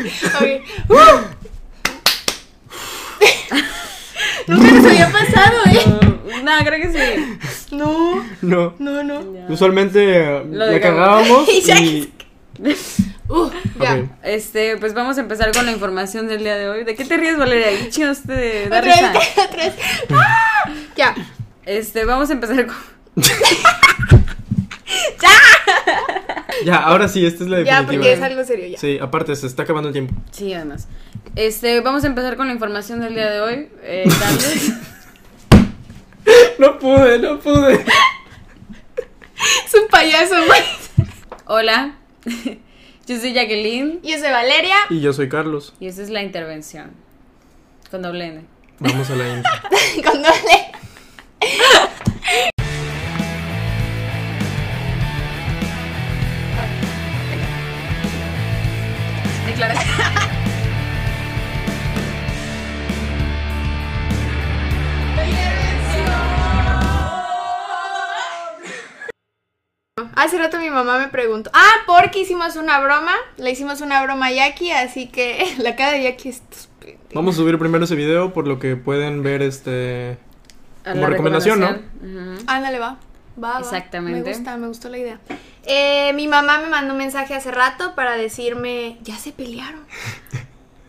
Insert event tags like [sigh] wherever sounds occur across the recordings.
Ok. uh. Nunca nos había pasado, ¿eh? No, Mm, creo que sí. No, No. no, no. Usualmente Lo eh, la dejamos. [laughs] cagábamos Y ya y... Uh, ya. Ok. [laughs] Este, pues vamos a empezar con la información del día de hoy. ¿De qué te ríes, Valeria? ¿Qué chingados te da Otra risa? vez, otra vez. ¡Ah! Ya. Este, vamos a empezar con... [laughs] Ya, ahora sí, esta es la definitiva. Ya, porque es algo serio ya. Sí, aparte, se está acabando el tiempo. Sí, además. Este, vamos a empezar con la información del día de hoy. Eh, [laughs] darles- No pude, no pude. Es un payaso, güey. Hola, [laughs] yo soy Jacqueline Yo soy Valeria. [laughs] Y yo soy Carlos. y esta es la intervención. Con doble N. Vamos a la intro. Con doble. Declaración. Hace rato mi mamá me preguntó. Ah, porque hicimos una broma. Le hicimos una broma a Jackie, así que [laughs] la cara de Jackie es. Vamos a subir primero ese video, por lo que pueden ver este... A Como recomendación, ¿no? Ujú. Ándale, va. Va, va. Exactamente. Me gusta, me gustó la idea. Eh, mi mamá me mandó un mensaje hace rato para decirme, ya se pelearon.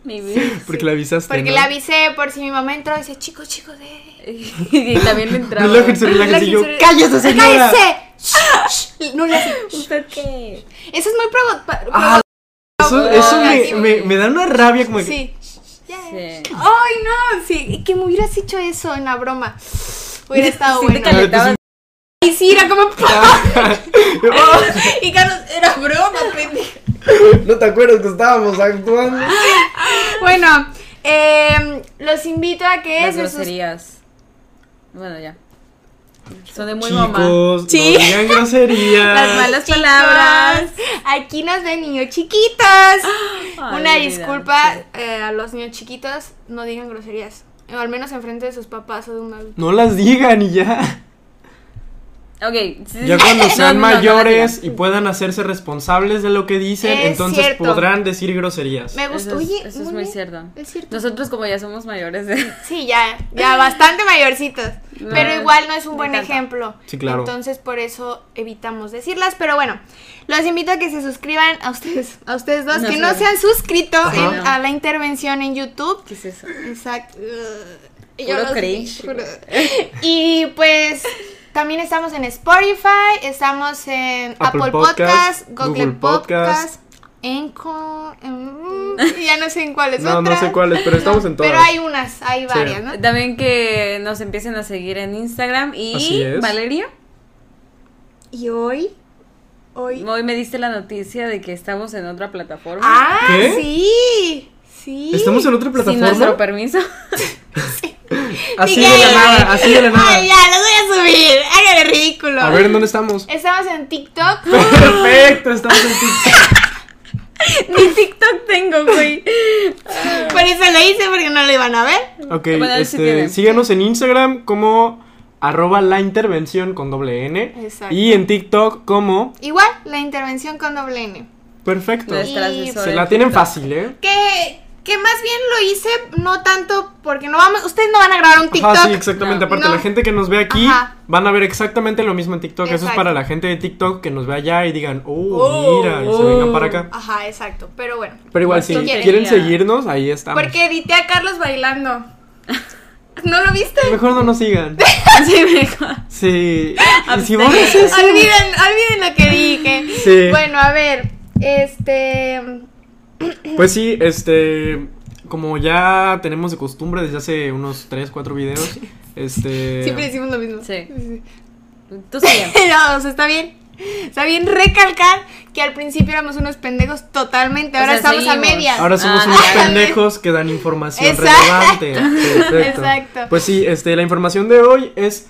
Mi vida. [laughs] Porque le avisaste, Porque ¿no? le avisé por si mi mamá entró y dice, chicos, chicos, eh. y también [laughs] le entraba. Relájense, relájense. Y yo, Relájense. ¡cállese, señora! ¡Cállese! Shh, shh. No le haces. ¿Usted qué? Eso es muy provo- pa- Ah, Eso, eso me, provocación. me- me da una rabia como que... Sí. Ya. Sí. Ay, no, sí, que me hubieras hecho eso en la broma. Hubiera estado [laughs] Sí, te bueno. calentabas. Y sí, era [laughs] como. [laughs] Ah, [laughs] y Carlos, era broma, pendejo. no te acuerdas que estábamos actuando. Bueno, eh, los invito a que Las se sus- groserías. Bueno, ya. Son de muy mamá. Chicos, Sí. no [laughs] digan groserías. Las malas Chicos, palabras. Aquí nos ven niños [gasps] chiquitos. Ay, Una mi vida, disculpa sí. eh, a los niños chiquitos, no digan groserías. O al menos enfrente de sus papás o de un adulto. No las digan y ya. Ok. sí, Ya sí. [laughs] cuando No, sean no, no, no, mayores no, y puedan hacerse responsables de lo que dicen, Es entonces cierto. podrán decir groserías. Me no. gustó. Eso es, Oye, eso es muy bien. cierto. Es cierto. Nosotros como ya somos mayores. [laughs] eh, Sí, ya, [laughs] ya bastante mayorcitos. No, pero igual no es un me buen encanta. ejemplo. Sí, claro. Entonces por eso evitamos decirlas. Pero bueno, los invito a que se suscriban a ustedes, a ustedes dos, No que sé. no se han suscrito Ajá. en- No. a la intervención en YouTube. ¿Qué es eso? Exacto. Puro cringe, Y pues también estamos en Spotify, estamos en Apple Apple, Podcast, Podcast, Google, Google Podcast. Podcast, Anchor, mm, ya no sé en cuáles No, no otras. sé cuáles, pero estamos en todas. Pero hay unas, hay varias, ¿no? También que nos empiecen a seguir en Instagram y Así es. Valeria, Y hoy, hoy. hoy me diste la noticia de que estamos en otra plataforma. ¡Ah! ¿Qué? Sí, sí. Estamos en otra Sin plataforma. nuestro permiso. [laughs] así Dije, de la nada, así de la Ay, nada. ya, lo voy a subir. Hágale ridículo. A ver, ¿en [laughs] dónde estamos? Estamos en TikTok. Perfecto, estamos en [laughs] TikTok. Ni TikTok tengo, güey. Por eso lo hice, porque no lo iban a ver. Ok, Bueno, él sí este, tiene. síganos en Instagram como arroba la intervención con doble N. Exacto. Y en TikTok como Igual, la intervención con doble N. perfecto. Nuestra Nuestra Y- asesora. Se en la tienen TikTok. fácil, ¿eh? Que, que más bien lo hice no tanto porque no vamos, ustedes no van a grabar un TikTok. Ajá, sí, exactamente. No. Aparte, No. la gente que nos ve aquí Ajá. van a ver exactamente lo mismo en TikTok. Eso es Exacto. para la gente de TikTok que nos ve allá y digan, oh, Oh, mira, y se oh. vengan para acá. Ajá, exacto. Pero bueno. Pero igual, si Tontería. quieren seguirnos, ahí estamos. Pues Porque edité a Carlos [laughs] bailando. ¿No lo viste? Mejor no [laughs] nos sigan. [laughs] Sí, mejor. Sí. Y si Abstén. borras eso- Olviden, olviden lo que dije. Sí. Bueno, a ver, este. [laughs] Pues sí, este. Como ya tenemos de costumbre desde hace unos 3, 4 videos, este. Siempre decimos lo mismo. Sí. Tú sigue. [laughs] No, o sea, está bien. Está bien recalcar que al principio éramos unos pendejos totalmente. O Ahora sea, estamos a seguimos. medias. Ahora somos Ah, unos no. pendejos que dan información Exacto. [laughs] relevante. Perfecto. Exacto. Pues sí, este, la información de hoy es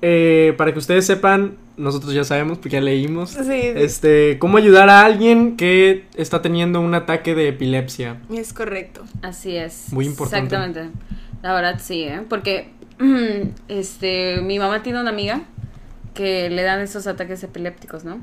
eh, para que ustedes sepan, nosotros ya sabemos porque ya leímos, Sí, sí. este, cómo ayudar a alguien que está teniendo un ataque de epilepsia. Es correcto. Así es. Muy importante. Exactamente. La verdad sí, ¿eh? Porque [clears throat] este, mi mamá tiene una amiga que le dan esos ataques epilépticos, ¿no?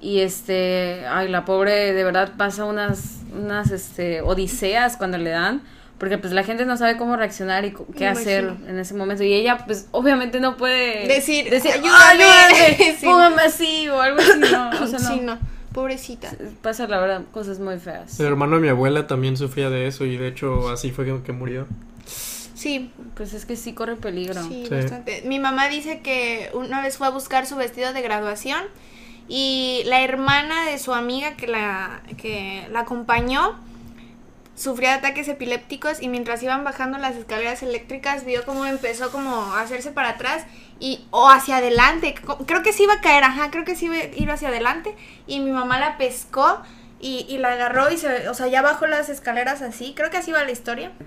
Y este, ay, la pobre de verdad pasa unas, unas este, odiseas cuando le dan, porque pues la gente no sabe cómo reaccionar y co- qué Me hacer imagino. en ese momento. Y ella pues obviamente no puede Decir, ayúdame, [laughs] "Ayúdame", sí. póngame así o algo así, no, o sea, no. Sí, no. Pobrecita. Pasa la verdad cosas muy feas. El hermano de mi abuela también sufría de eso y de hecho así fue que, que murió. Sí, Pues es que sí corre peligro. Sí, Sí. bastante. Mi mamá dice que una vez fue a buscar su vestido de graduación y la hermana de su amiga que la, que la acompañó sufría de ataques epilépticos y mientras iban bajando las escaleras eléctricas vio cómo empezó como a hacerse para atrás y o hacia adelante. Co- Creo que sí iba a caer, ajá, creo que sí iba a ir hacia adelante y mi mamá la pescó. Y, y la agarró y se, o sea, ya bajó las escaleras así. Creo que así va la historia. [clears throat]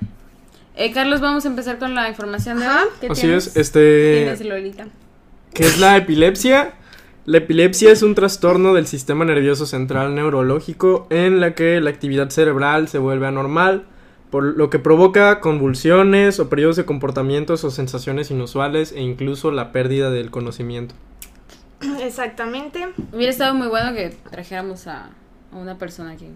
Eh, Carlos, vamos a empezar con la información de Ajá. hoy. ¿Qué Así tienes? es, este... Tienes, Lolita. ¿Qué es la epilepsia? La epilepsia es un trastorno del sistema nervioso central neurológico en la que la actividad cerebral se vuelve anormal, por lo que provoca convulsiones o periodos de comportamientos o sensaciones inusuales e incluso la pérdida del conocimiento. Exactamente. Hubiera estado muy bueno que trajéramos a, a una persona aquí.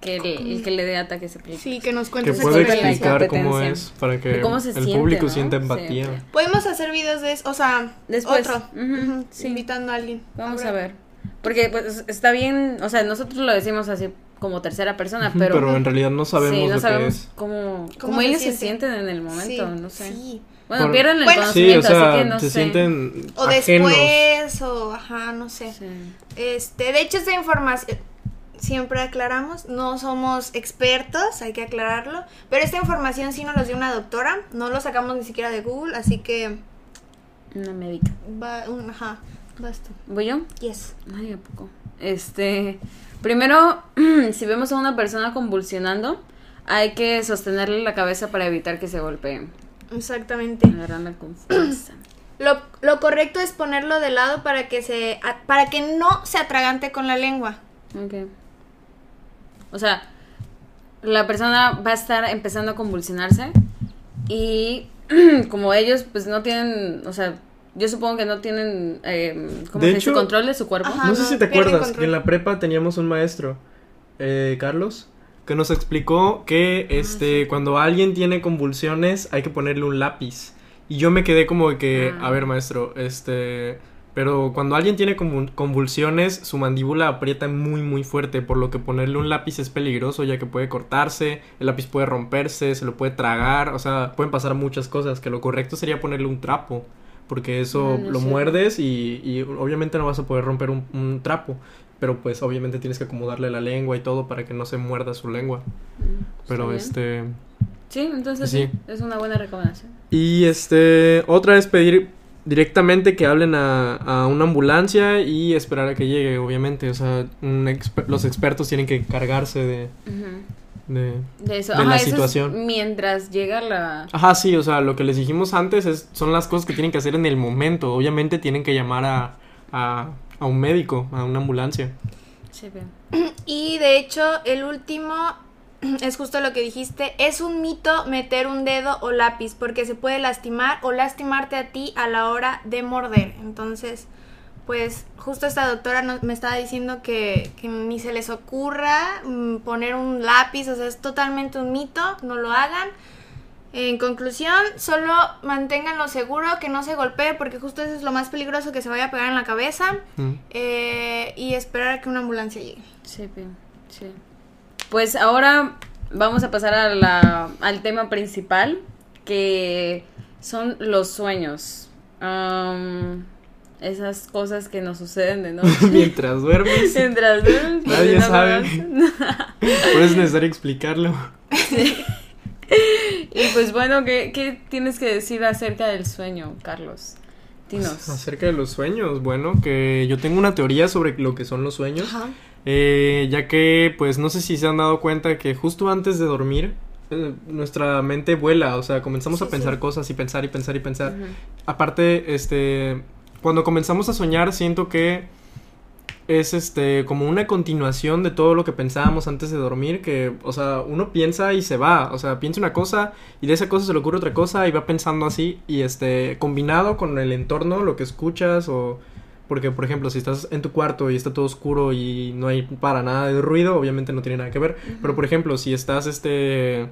Que le, el que le dé ataques epilépticos. Sí, que nos Que cuentes puede sobre la explicar cómo incompetencia. es para que Y cómo se el siente, público ¿no? sienta Sí. empatía. Podemos hacer videos de eso, o sea, Después. otro. Ujú, Ujú, sí. Invitando a alguien. Vamos Habrá- a ver. Porque pues está bien, o sea, nosotros lo decimos así como tercera persona, Pero, pero, en realidad no sabemos sí, lo no sabemos que es. cómo, cómo, ¿Cómo se ellos se siente? sienten en el momento, Sí, no sé. sí. Bueno, Por- pierden el Bueno. Sí, o conocimiento, así sea, que no se sé. sienten O ajenos. después, o ajá, no sé. Sí. Este, de hecho, esta información, siempre aclaramos, no somos expertos, hay que aclararlo, pero esta información sí nos los dio una doctora, no lo sacamos ni siquiera de Google, así que, Una médica. va, un- ajá, basta. ¿Voy yo? Yes. Ay, ¿a poco? Este, primero, [clears throat] si vemos a una persona convulsionando, hay que sostenerle la cabeza para evitar que se golpee. Exactamente. Agarrando con fuerza. Lo, lo correcto es ponerlo de lado para que se a- para que no se atragante con la lengua. [coughs] Ok. O sea, la persona va a estar empezando a convulsionarse y [clears throat] como ellos pues no tienen, o sea, yo supongo que no tienen eh, ¿cómo De se dice? hecho- control de su cuerpo. Ajá. Ah, no sé no, si te pierde acuerdas control. que en la prepa teníamos un maestro, eh, Carlos, que nos explicó que Ah, este cuando alguien tiene convulsiones hay que ponerle un lápiz. Y yo me quedé como de que, Ah. a ver, maestro, este, pero cuando alguien tiene convul- convulsiones, su mandíbula aprieta muy muy fuerte, por lo que ponerle un lápiz es peligroso, ya que puede cortarse, el lápiz puede romperse, se lo puede tragar, o sea, pueden pasar muchas cosas, que lo correcto sería ponerle un trapo. Porque eso Mm, no lo sé. muerdes y, y obviamente no vas a poder romper un, un trapo. Pero pues obviamente tienes que acomodarle la lengua y todo para que no se muerda su lengua. Pero Mm, ¿Está este... bien? Sí, entonces Sí. sí, es una buena recomendación. Y este... Otra es pedir directamente que hablen a, a una ambulancia y esperar a que llegue, obviamente. O sea, un exper- los expertos tienen que cargarse de... Ujú. de- De eso, De ajá, la eso es situación. mientras llega la... Ajá, sí, o sea, lo que les dijimos antes es, son las cosas que tienen que hacer en el momento. Obviamente tienen que llamar a, a, a un médico, a una ambulancia. Sí, bien. Y de hecho, el último [clears throat] es justo lo que dijiste, es un mito meter un dedo o lápiz porque se puede lastimar o lastimarte a ti a la hora de morder. Entonces, pues justo esta doctora no- me estaba diciendo que, que ni se les ocurra mm, poner un lápiz, o sea, es totalmente un mito, no lo hagan. En conclusión, solo manténganlo seguro, que no se golpee, porque justo eso es lo más peligroso que se vaya a pegar en la cabeza. Mm. eh, y esperar a que una ambulancia llegue. Sí, pi- sí. Pues ahora vamos a pasar a la, al tema principal, que son los sueños. Am, esas cosas que nos suceden de noche. [laughs] Mientras duermes. [laughs] Mientras duermes, pues, Nadie no sabe. conoces. Por eso es necesario explicarlo. [laughs] Y pues bueno, ¿qué, qué tienes que decir acerca del sueño, Carlos? Dinos. [laughs] Acerca de los sueños, bueno, que yo tengo una teoría sobre lo que son los sueños. eh, ya que, pues, no sé si se han dado cuenta que justo antes de dormir, eh, nuestra mente vuela, o sea, comenzamos Sí, a pensar sí. cosas y pensar y pensar y pensar. Ujú. Aparte, este, cuando comenzamos a soñar, siento que es este como una continuación de todo lo que pensábamos antes de dormir, que, o sea, uno piensa y se va, o sea, piensa una cosa y de esa cosa se le ocurre otra cosa y va pensando así y este combinado con el entorno, lo que escuchas o Porque, por ejemplo, si estás en tu cuarto y está todo oscuro y no hay para nada de ruido, obviamente no tiene nada que ver. Pero, por ejemplo, si estás este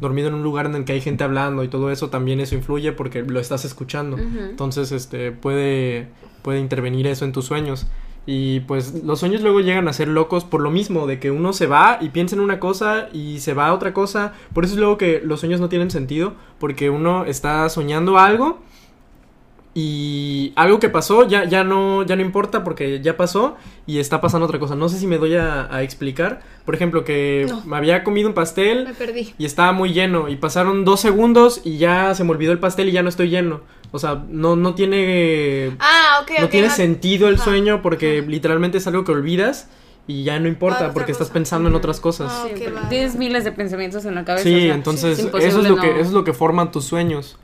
dormido en un lugar en el que hay gente hablando y todo eso, también eso influye porque lo estás escuchando. Ujú. Entonces, este, puede, puede intervenir eso en tus sueños. Y pues los sueños luego llegan a ser locos por lo mismo, de que uno se va y piensa en una cosa y se va a otra cosa. Por eso es luego que los sueños no tienen sentido, porque uno está soñando algo y algo que pasó ya, ya, no, ya no importa porque ya pasó y está pasando otra cosa. No sé si me doy a, a explicar. Por ejemplo, que No. me había comido un pastel Me perdí. y estaba muy lleno y pasaron dos segundos y ya se me olvidó el pastel y ya no estoy lleno. O sea, no, no tiene... Ah, ok, no ok, tiene no- sentido el Ajá. sueño porque Ajá. literalmente es algo que olvidas y ya no importa otra porque estás cosa. pensando en Ujú. otras cosas. Ah, Sí, ok, porque va. tienes miles de pensamientos en la cabeza. o sí, sea, entonces es eso es imposible lo que no- eso es lo que forman tus [laughs] sueños.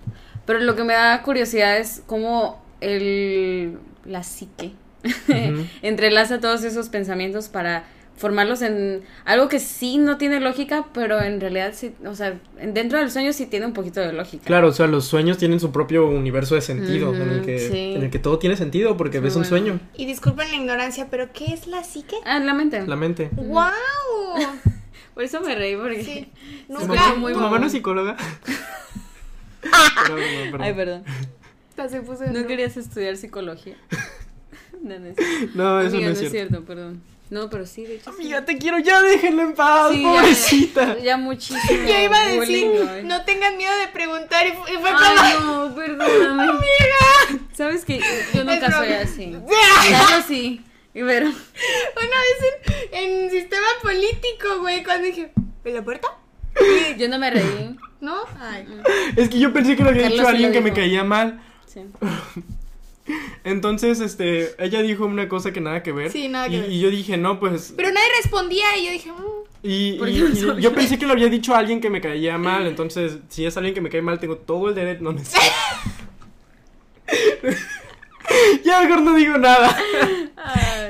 Pero lo que me da curiosidad es cómo el la psique Ujú. [laughs] entrelaza todos esos pensamientos para formarlos en algo que sí no tiene lógica, pero en realidad sí, o sea, dentro del sueño sí tiene un poquito de lógica. Claro, o sea, los sueños tienen su propio universo de sentido en el Ujú, que sí. en el que todo tiene sentido porque Es ves muy un bueno. sueño, Y disculpen la ignorancia, pero ¿qué es la psique? Ah, la mente. la mente. ¡Wow! [laughs] Por eso me reí porque [laughs] Sí. ¿Tu Nunca. mamá, muy tu mamá no mamón. es [laughs] psicóloga? [laughs] Perdón, mamá, perdón. Ay, perdón. Hasta se puso de No [laughs] nuevo. querías estudiar [laughs] psicología. no, no es cierto. No, eso Amiga, no es cierto. perdón. No, pero sí, de hecho. sí. Amiga, te quiero ya, déjenla en paz, Sí, ya- pobrecita. Ya, muchísimo. Yo iba a decir, bullying, ay. no tengan miedo de preguntar y fu- y fue Ay, como... no, perdóname. Sabes que yo nunca Es broma. soy [laughs] así. [laughs] Una Claro, sí. Pero. vez en, en sistema político, güey, cuando dije, ¿en la puerta? Y- Yo no me reí. ¿No? Ay. Es que yo pensé que lo había Carlos dicho a sí lo alguien que me dijo. caía mal. Sí. Entonces, este, ella dijo una cosa que nada que ver. Sí, nada que y, ver. y yo dije, no, pues. Pero nadie respondía y yo dije, mm, y ¿Por y- qué no y sabía? yo pensé que lo había dicho a alguien que me [laughs] caía mal. Entonces, si es alguien que me cae mal, tengo todo el derecho. No, no es [laughs] cierto. ya mejor no digo nada.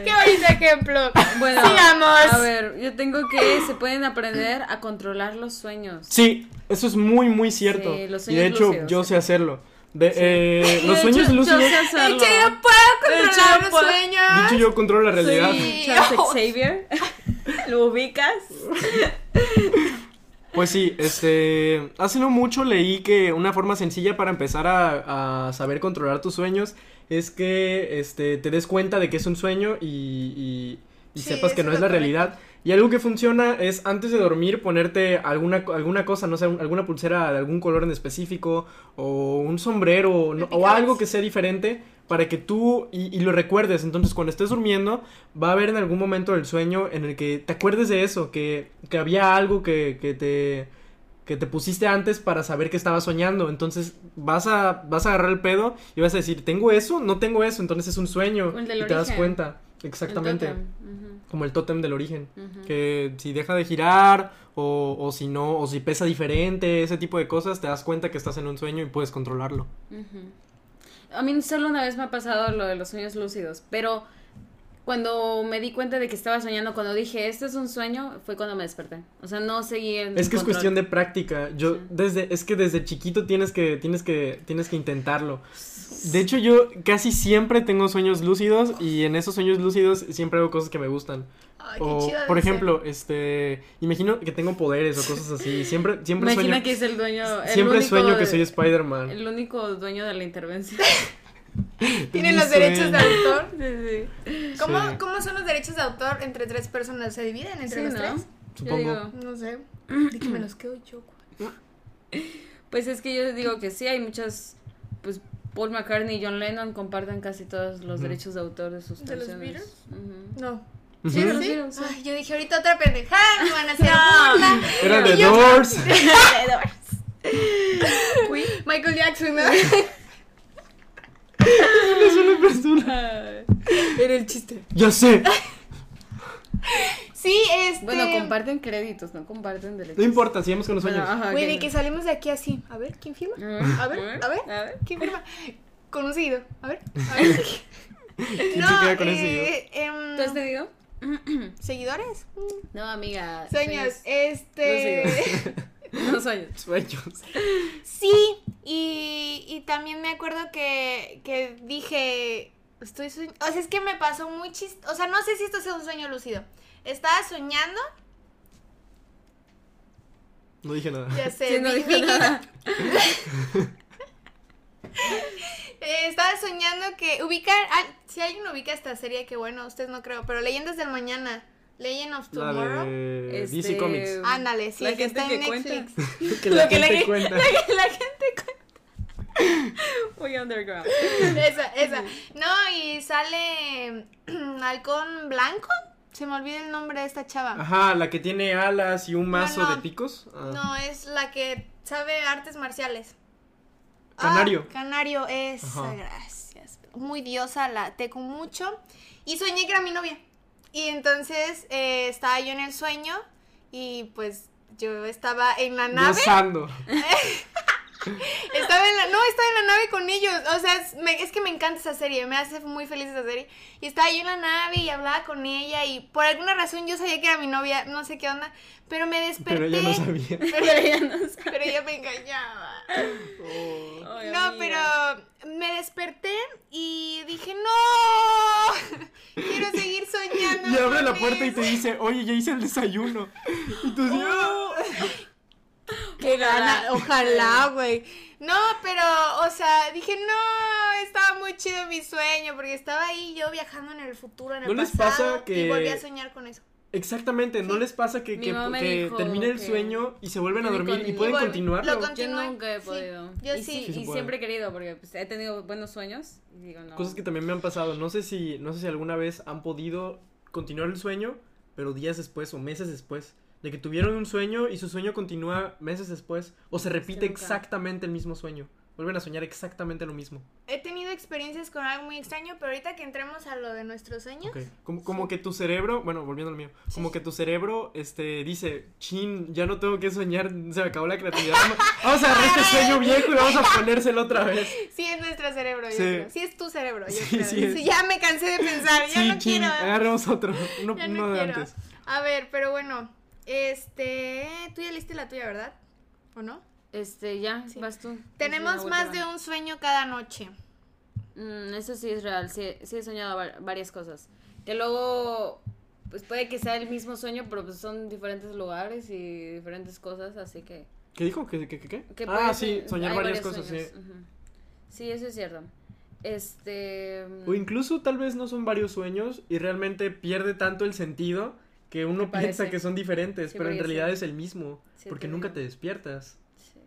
qué bonito [laughs] ejemplo. Bueno, Sigamos. a ver, yo tengo que se pueden aprender a controlar los sueños. Sí, eso es muy, muy cierto. Sí, los y de sueños hecho, lúcidos. yo sé hacerlo. De, [laughs] eh, los De sueños hecho, lúcidos. Yo sé De hacerlo. hecho, yo puedo De hecho, controlar yo los puedo- De hecho, sueños. yo controlo la realidad. Sí. Charles Xavier. [laughs] ¿Lo ubicas? Pues sí, este, hace no mucho leí que una forma sencilla para empezar a, a saber controlar tus sueños es que, este, te des cuenta de que es un sueño y, y- y Sí, sepas que eso no es es la lo correcto. realidad. Y algo que funciona es antes de dormir ponerte alguna, co- alguna cosa, no sé, un- alguna pulsera de algún color en específico o un sombrero o, no- o picabas. algo que sea diferente para que tú y, y lo recuerdes. Entonces cuando estés durmiendo va a haber en algún momento del sueño en el que te acuerdes de eso, que, que había algo que, que te que te pusiste antes para saber que estabas soñando. Entonces vas a, vas a agarrar el pedo y vas a decir, ¿tengo eso? No tengo eso. Entonces es un sueño. El y te del das origen. cuenta. Exactamente. El tótem. Como el tótem del origen. Ujú, ujú. Que si deja de girar o, o si no, o si pesa diferente, ese tipo de cosas, te das cuenta que estás en un sueño y puedes controlarlo. Ujú. A mí solo una vez me ha pasado lo de los sueños lúcidos, pero cuando me di cuenta de que estaba soñando, cuando dije, este es un sueño, fue cuando me desperté. O sea, no seguí Mm, en Es que es cuestión de práctica. Yo Sí. desde es que desde chiquito tienes que tienes que tienes que intentarlo. De hecho yo casi siempre tengo sueños lúcidos y en esos sueños lúcidos siempre hago cosas que me gustan. Ay, qué O, chido por debe ser. ejemplo, este, imagino que tengo poderes o cosas así. Siempre, siempre Imagina sueño, que es el dueño... el siempre único sueño que de- soy Spider-Man. El único dueño de la [laughs] intervención. Tienen Mi los derechos de sueño. autor. sí, ¿Cómo, Sí. cómo son los derechos de autor entre tres personas? ¿Se dividen entre los ¿no? Mm-hmm. tres? Supongo. Yo digo, No sé. De que me los quedo yo. güey. pues es que yo digo que sí, hay muchas... Pues Paul McCartney y John Lennon comparten casi todos los Ujú. derechos de autor de sus ¿De los canciones. Beatles? Ujú. [laughs] No. Ujú. ¿Sí, Ujú. sí? Sí, sí. Ay, yo dije ahorita otra pendejada, me van a [laughs] hacer burla. Era de Y yo- Doors. Michael Jackson, [laughs] ¿no? Era el chiste. Ya sé. Sí, este. Bueno, comparten créditos, no comparten derechos. No importa, sigamos con los Bueno, sueños. ajá, Güey, de ok. que salimos de aquí así. A ver, ¿quién firma? Mm, A ver, mm, a ver. A ver. ¿Quién firma? Con un seguido. A [laughs] ver. A ver. ¿Quién se queda con ese video? eh, em, ¿Tú [clears throat] has tenido? ¿Seguidores? Mm, No, amiga. Sueños. No Este. [laughs] No sueños. Sueños. Sí, y, y también me acuerdo que, que dije, Estoy soñ- O sea, es que me pasó muy chistoso. O sea, no sé si esto sea un sueño lúcido. Estaba soñando. No dije nada. [laughs] Ya sé. Sí, no vi- dijo vi que- [laughs] nada. Eh, estaba soñando que ubicar, ah, si alguien ubica esta serie, que bueno, ustedes no creo, pero Leyendas del Mañana, Legend of La Tomorrow. de Este- [laughs] DC Comics. Ándale, sí, La que gente está en [laughs] que cuenta. Netflix. [laughs] Que la Lo que la gente gen- cuenta. lo que la [laughs] gente cuenta. Muy underground. Esa, esa. No, y sale [clears throat] mm, Halcón Blanco. Se me olvida el nombre de esta chava. Ajá, la que tiene alas y un mazo no. de picos. Ah. No, es la que sabe artes marciales. Canario. Ah, canario, esa, Ajá. gracias. Muy diosa, la teco mucho. Y soñé que era mi novia. Y entonces eh, estaba yo en el sueño y pues yo estaba en la nave. Gozando. [laughs] Estaba en la, no, estaba en la nave con ellos. O sea, es, me- es que me encanta esa serie, me hace muy feliz esa serie. Y estaba yo en la nave y hablaba con ella y por alguna razón yo sabía que era mi novia, no sé qué onda, pero me desperté. Pero ella no sabía. [laughs] Pero ella [laughs] no sabía. Pero ella me engañaba. Oh. Ay, no, amiga. pero me desperté y dije, no, quiero seguir soñando. [laughs] Y abre con la puerta y te eso". dice, oye, ya hice el desayuno. Y tú dices, "Ah". Qué gana. Ojalá, ojalá, güey. No, pero, o sea, dije, no, estaba muy chido mi sueño, porque estaba ahí yo viajando en el futuro, en el ¿No les pasado, pasa que- y volví a soñar con eso. Exactamente, ¿no Sí. les pasa que, Mi que, mamá me que dijo termina el que- sueño y se vuelven a que me dormir y continúe. pueden Vol- continuarlo? lo con- Yo Continúa. nunca he Sí, podido. yo y sí. Sí se y puede. siempre he querido porque pues, he tenido buenos sueños. y Digo, no. Cosas que también me han pasado. No sé si, no sé si alguna vez han podido continuar el sueño, pero días después o meses después. De que tuvieron un sueño y su sueño continúa meses después. O se repite nunca. exactamente el mismo sueño. Vuelven a soñar exactamente lo mismo. He tenido experiencias con algo muy extraño, pero ahorita que entremos a lo de nuestros sueños, Ok. Como, como que tu cerebro, bueno, volviendo al mío, como que tu cerebro este, dice, chin, ya no tengo que soñar, se me acabó la creatividad. Vamos- Vamos a agarrar este sueño viejo y vamos a ponérselo otra [laughs] vez. sí es nuestro cerebro, yo Sí. creo. Sí es tu cerebro, yo Sí, creo. sí es. Sí, ya me cansé de pensar, ya sí, no chin, quiero. agarremos otro, uno, Ya uno no de quiero. antes. A ver, pero bueno, este, tú ya leíste la tuya, ¿verdad? ¿O no? Este, ya, Sí. vas tú. Tenemos más de un sueño cada noche. Mm, eso sí es real, sí, sí he soñado va- varias cosas. Que luego, pues puede que sea el mismo sueño, pero pues son diferentes lugares y diferentes cosas, así que... ¿Qué dijo? ¿Qué, qué, qué, qué? que puede ah, sí, ser- soñar hay varias varios cosas, sueños, sí. ujú. Sí, eso es cierto. Este... O incluso tal vez no son varios sueños y realmente pierde tanto el sentido que uno Que piensa parece. que son diferentes, Sí, pero en porque realidad sí. es el mismo, Sí, porque te nunca digo. te despiertas. sí.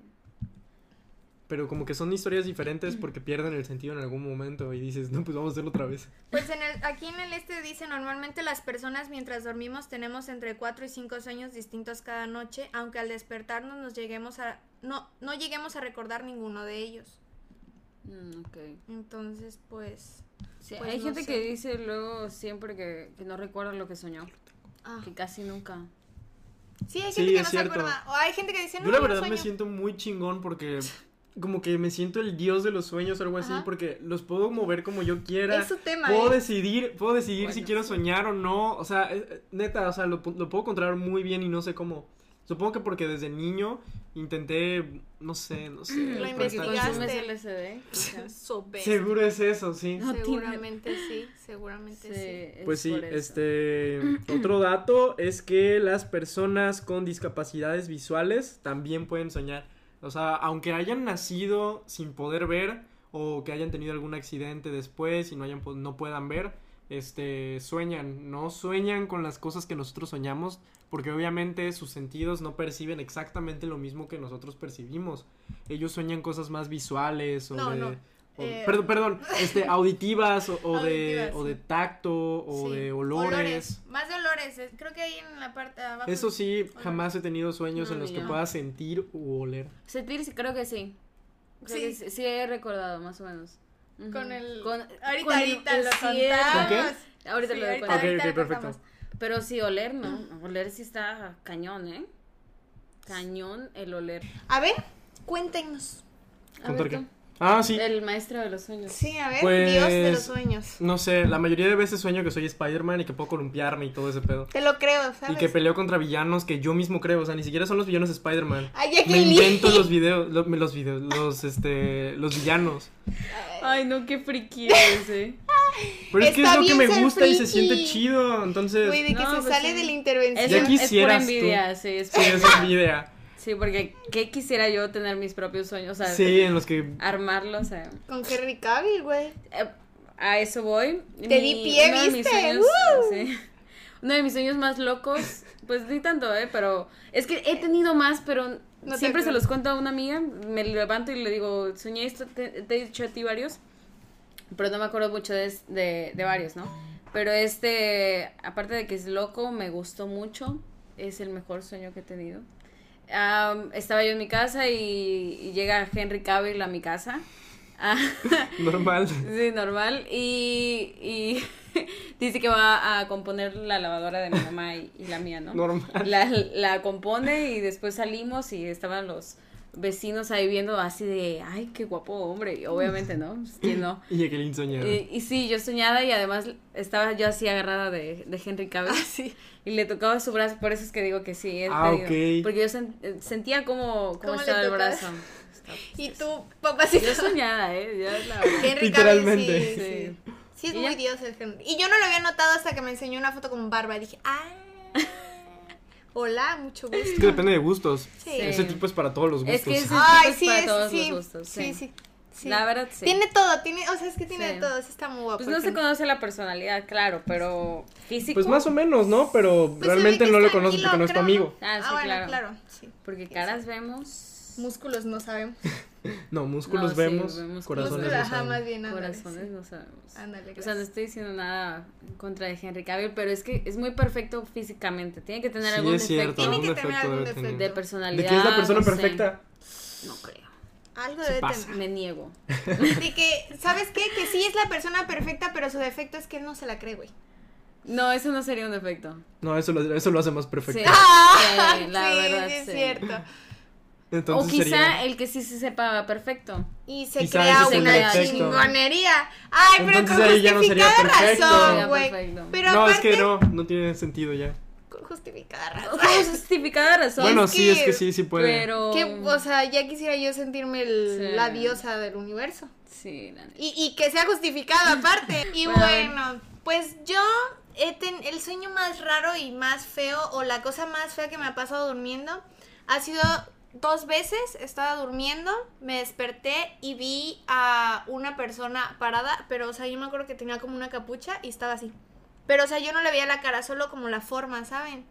Pero como que son [clears throat] historias diferentes porque pierden el sentido en algún momento y dices, no, pues vamos a hacerlo otra vez. Pues en el, aquí en el este dice, normalmente las personas mientras dormimos tenemos entre 4 y 5 sueños distintos cada noche, aunque al despertarnos nos lleguemos a, no, no lleguemos a recordar ninguno de ellos. Mm, ok. Entonces, pues... Sí, Pues hay no gente sé. que dice luego siempre que, que no recuerda lo que soñó, ah. que casi nunca. Sí, hay Sí, gente que es no cierto. se acuerda. O hay gente que dice, no, Yo la no verdad sueño". me siento muy [sniffs] chingón porque como que me siento el dios de los sueños o algo así Ajá. porque los puedo mover como yo quiera. Es su tema, Puedo ¿eh? decidir, puedo decidir si Bueno, quiero sí. soñar o no. O sea, es- eh, neta, o sea, lo, pu- lo puedo controlar muy bien y no sé cómo. Supongo que porque desde niño intenté, no sé, no sé. Lo prestar investigaste. Porque atención. consumes LSD. [laughs] quizás. Sope. Seguro es eso, sí. No tiene- Seguramente sí, seguramente sí. Sí, Pues es sí, por [clears throat] eso. este otro dato es que las personas con discapacidades visuales también pueden soñar. O sea, aunque hayan nacido sin poder ver o que hayan tenido algún accidente después y no hayan po- no puedan ver, este sueñan, no sueñan con las cosas que nosotros soñamos, porque obviamente sus sentidos no perciben exactamente lo mismo que nosotros percibimos. Ellos sueñan cosas más visuales o No, de no. o- Eh, perdón, perdón, [laughs] este, auditivas o, o de, Auditivas. o de tacto o Sí. de olores. Más de olores. eh, Creo que ahí en la parte de abajo. Eso sí, Olores. jamás he tenido sueños No, en los ni que yo. pueda sentir u oler. Sentir, sí, creo que sí. Creo Sí. que sí. sí he recordado, más o menos. Ujú. Con el... Con- ahorita, con el- ahorita lo sí, contamos. ¿Con Ahorita Sí, ahorita, lo Mm. cuento. Ok, ahorita ok, lo perfecto. contamos. Pero sí, oler, ¿no? Oler sí está cañón, ¿eh? Cañón el oler. A ver, cuéntenos. A ¿Contar ver qué? tú. Ah, sí. El maestro de los sueños. Sí, a ver, Pues- Dios de los sueños. No sé, la mayoría de veces sueño que soy Spider-Man y que puedo columpiarme y todo ese pedo. Te lo creo, ¿sabes? Y que peleo contra villanos que yo mismo creo, o sea, ni siquiera son los villanos de Spider-Man. Ay, ya que Me li- invento los videos, lo- los videos, los este, los villanos. Ay, no, qué friki eres, ¿eh? Pero es que es Está lo que bien me ser gusta y se friki. siente chido. Entonces, Güey, de que No, se pues sale sí. de la intervención. Es, [laughs] Ya es quisieras pura tú. envidia, sí, es sí, pura- esa es mi idea. [laughs] sí, porque ¿qué quisiera yo tener mis propios sueños? O sea, Sí, en los que. armarlos. eh. Con Henry Cavill, güey. Eh, a eso voy. Te di pie, uno de mis ¿viste? sueños- ¡Woo! sí. Uno de mis sueños más locos, pues ni tanto, ¿eh? Pero es que he tenido más, pero No te siempre se acuerdas. los cuento a una amiga. Me levanto y le digo, soñé esto, te, te he dicho a ti varios, pero no me acuerdo mucho de, es- de, de varios, ¿no? Pero este, aparte de que es loco, me gustó mucho. Es el mejor sueño que he tenido. Am, estaba yo en mi casa y, y llega Henry Cavill a mi casa. [laughs] Ah, Normal. [laughs] Sí, normal. Y, y [laughs] dice que va a componer la lavadora de mi mamá y, y la mía, ¿no? Normal. La, la compone y después salimos y estaban los vecinos ahí viendo así de, ay, qué guapo hombre. Y obviamente, ¿no? Pues, ¿Quién no? Y Jacqueline soñaba. Eh, Y, y sí, yo soñada y además estaba yo así agarrada de, de Henry Cavill Así. [laughs] y le tocaba su brazo, por eso es que digo que sí. he Ah, tenido- ok. Porque yo sen- eh, sentía como, como ¿Cómo le estaba el tocaba? brazo. Y tú, papacito. Yo soñada, ¿eh? Yo [laughs] la Henry Cavill, Literalmente. sí, sí. Sí, es ¿Y muy ya? dios el Henry. Y yo no lo había notado hasta que me enseñó una foto con barba. Y dije, [laughs] ah, hola, mucho Es gusto. que depende de gustos. Sí. Ese tipo es para todos los gustos. Es que ese Ay, tipo sí, es es, para todos sí, los gustos. sí, Sí, sí, sí. La verdad, sí. Tiene todo, tiene, o sea, es que tiene Sí. de todo, sí está muy guapo. Pues no el se Henry. conoce la personalidad, claro, pero físico. Pues más o menos, ¿no? Pero Pues se realmente ve que no lo es conoces porque no es tu tranquilo, amigo. creo, Ah, sí, bueno, claro. claro. sí. Porque caras vemos. Músculos no sabemos. No, músculos No, sí, vemos, vemos corazones Músculos, no ajá, saben. más bien. ándale, Corazones sí. no sabemos. Ándale, o sea, no gracias. estoy diciendo nada en contra de Henry Cavill, pero es que es muy perfecto físicamente. Tiene que tener Sí, algún es defecto cierto, Tiene que algún tener defecto algún debe defecto. de tener. personalidad. ¿De qué es la persona no sé. perfecta? No creo. Algo Se debe pasa. tener. Me niego. De que, ¿sabes qué? Que sí es la persona perfecta, pero su defecto es que él no se la cree, güey. No, eso no sería un defecto. No, eso lo, eso lo hace más perfecto. [laughs] Sí, [laughs] sí, Eh, la sí, verdad, sí, es sí. cierto. Entonces o quizá sería... el que sí se sepa perfecto. Y se Quizá crea ese es el una defecto. chingonería. Ay, pero Entonces con ahí ya no sería justificada perfecto. razón, Sería güey. perfecto. Pero No, es aparte, que no, no tiene sentido ya. con justificada razón. Como justificada razón. Bueno, es sí, es que- que sí, sí puede. Pero. Que, o sea, ya quisiera yo sentirme el- Sí. la diosa del universo. Sí, la neta. Y, y que sea justificado aparte. Y Bueno, a ver. bueno, pues yo he ten- el sueño más raro y más feo, o la cosa más fea que me ha pasado durmiendo, ha sido dos veces, estaba durmiendo, me desperté y vi a una persona parada, pero o sea, yo me acuerdo que tenía como una capucha y estaba así. Pero o sea, yo no le veía la cara, solo como la forma, ¿saben?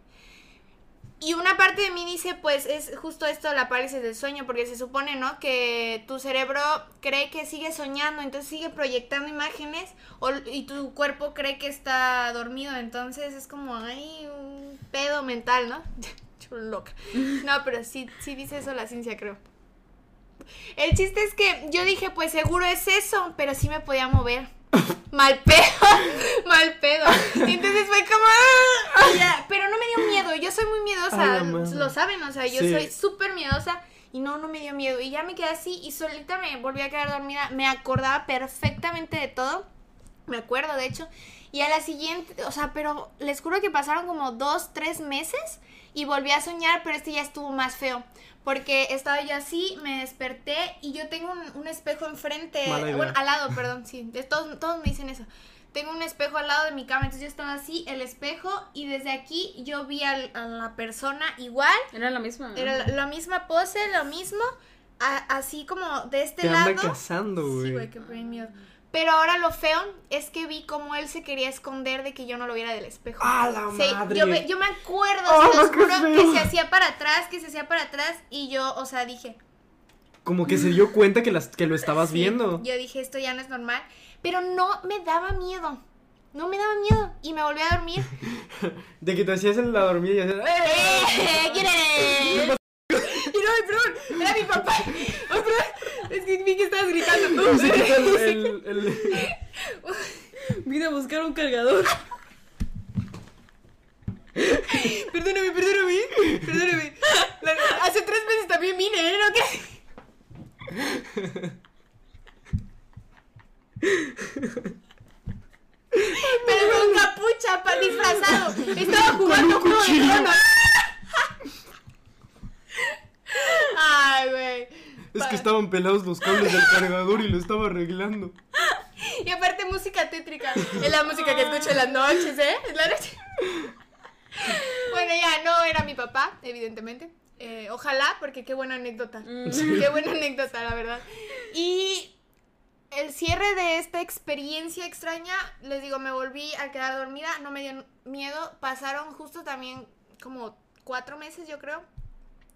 Y una parte de mí dice, pues es justo esto la parálisis del sueño, porque se supone, ¿no? Que tu cerebro cree que sigue soñando, entonces sigue proyectando imágenes o- y tu cuerpo cree que está dormido, entonces es como, ay, un pedo mental, ¿no? [laughs] Yo loca. [laughs] No, pero sí, sí dice eso la ciencia, creo. El chiste es que yo dije, pues seguro es eso, pero sí me podía [laughs] mover. Mal pedo, [laughs] mal pedo. Y entonces fue como, "Ah", o sea, pero no me dio miedo. Yo soy muy miedosa, Ay, la madre. lo saben, o sea, yo Sí. soy súper miedosa y no, no me dio miedo. Y ya me quedé así y solita me volví a quedar dormida. Me acordaba perfectamente de todo. Me acuerdo, de hecho. Y a la siguiente, o sea, pero les juro que pasaron como dos, tres meses y volví a soñar, pero este ya estuvo más feo. Porque estaba yo así, me desperté y yo tengo un, un espejo enfrente, Mala idea. bueno, al lado, perdón, sí. de- Todos, todos me dicen eso. Tengo un espejo al lado de mi cama, entonces yo estaba así, el espejo, y desde aquí yo vi al- a la persona igual Era la misma. era la, la misma pose, lo mismo, a- así como de este Te lado. anda cazando, Sí, güey. güey, qué premio. Pero ahora lo feo es que vi cómo él se quería esconder de que yo no lo viera del espejo. ¡A la Sí, madre! yo, me, yo me acuerdo, ¡Ah, se los qué juro, que feo! se hacía para atrás, que se hacía para atrás y yo, o sea, dije, Como que se dio cuenta que, las, [laughs] que lo estabas viendo. yo dije, esto ya no es normal, pero no me daba miedo, no me daba miedo y me volví a dormir. [laughs] De que te hacías en la dormida y hacías... [laughs] "Eh". ¡Eh! ¿Quién eres? Y no, ay, perdón, era mi papá. Ay, perdón, es que vi que estabas gritando. Y se quita el- el- el- Vine a buscar un cargador. [laughs] Perdóname, perdóname, perdóname. La- hace tres meses también vine, ¿eh? ¿No qué? Pero con capucha, pa, disfrazado. Estaba jugando juego de cuchillo. tronos. Ay, güey. [laughs] Es que estaban pelados los cables del cargador y lo estaba arreglando. Y aparte música tétrica. Es la música que escucho en las noches, ¿eh? Es la noche. Bueno, ya, no era mi papá, evidentemente. Eh, ojalá, porque qué buena anécdota. Mm, Mm, Qué buena anécdota, la verdad. Y el cierre de esta experiencia extraña, les digo, me volví a quedar dormida, no me dio miedo. Pasaron justo también como cuatro meses, yo creo.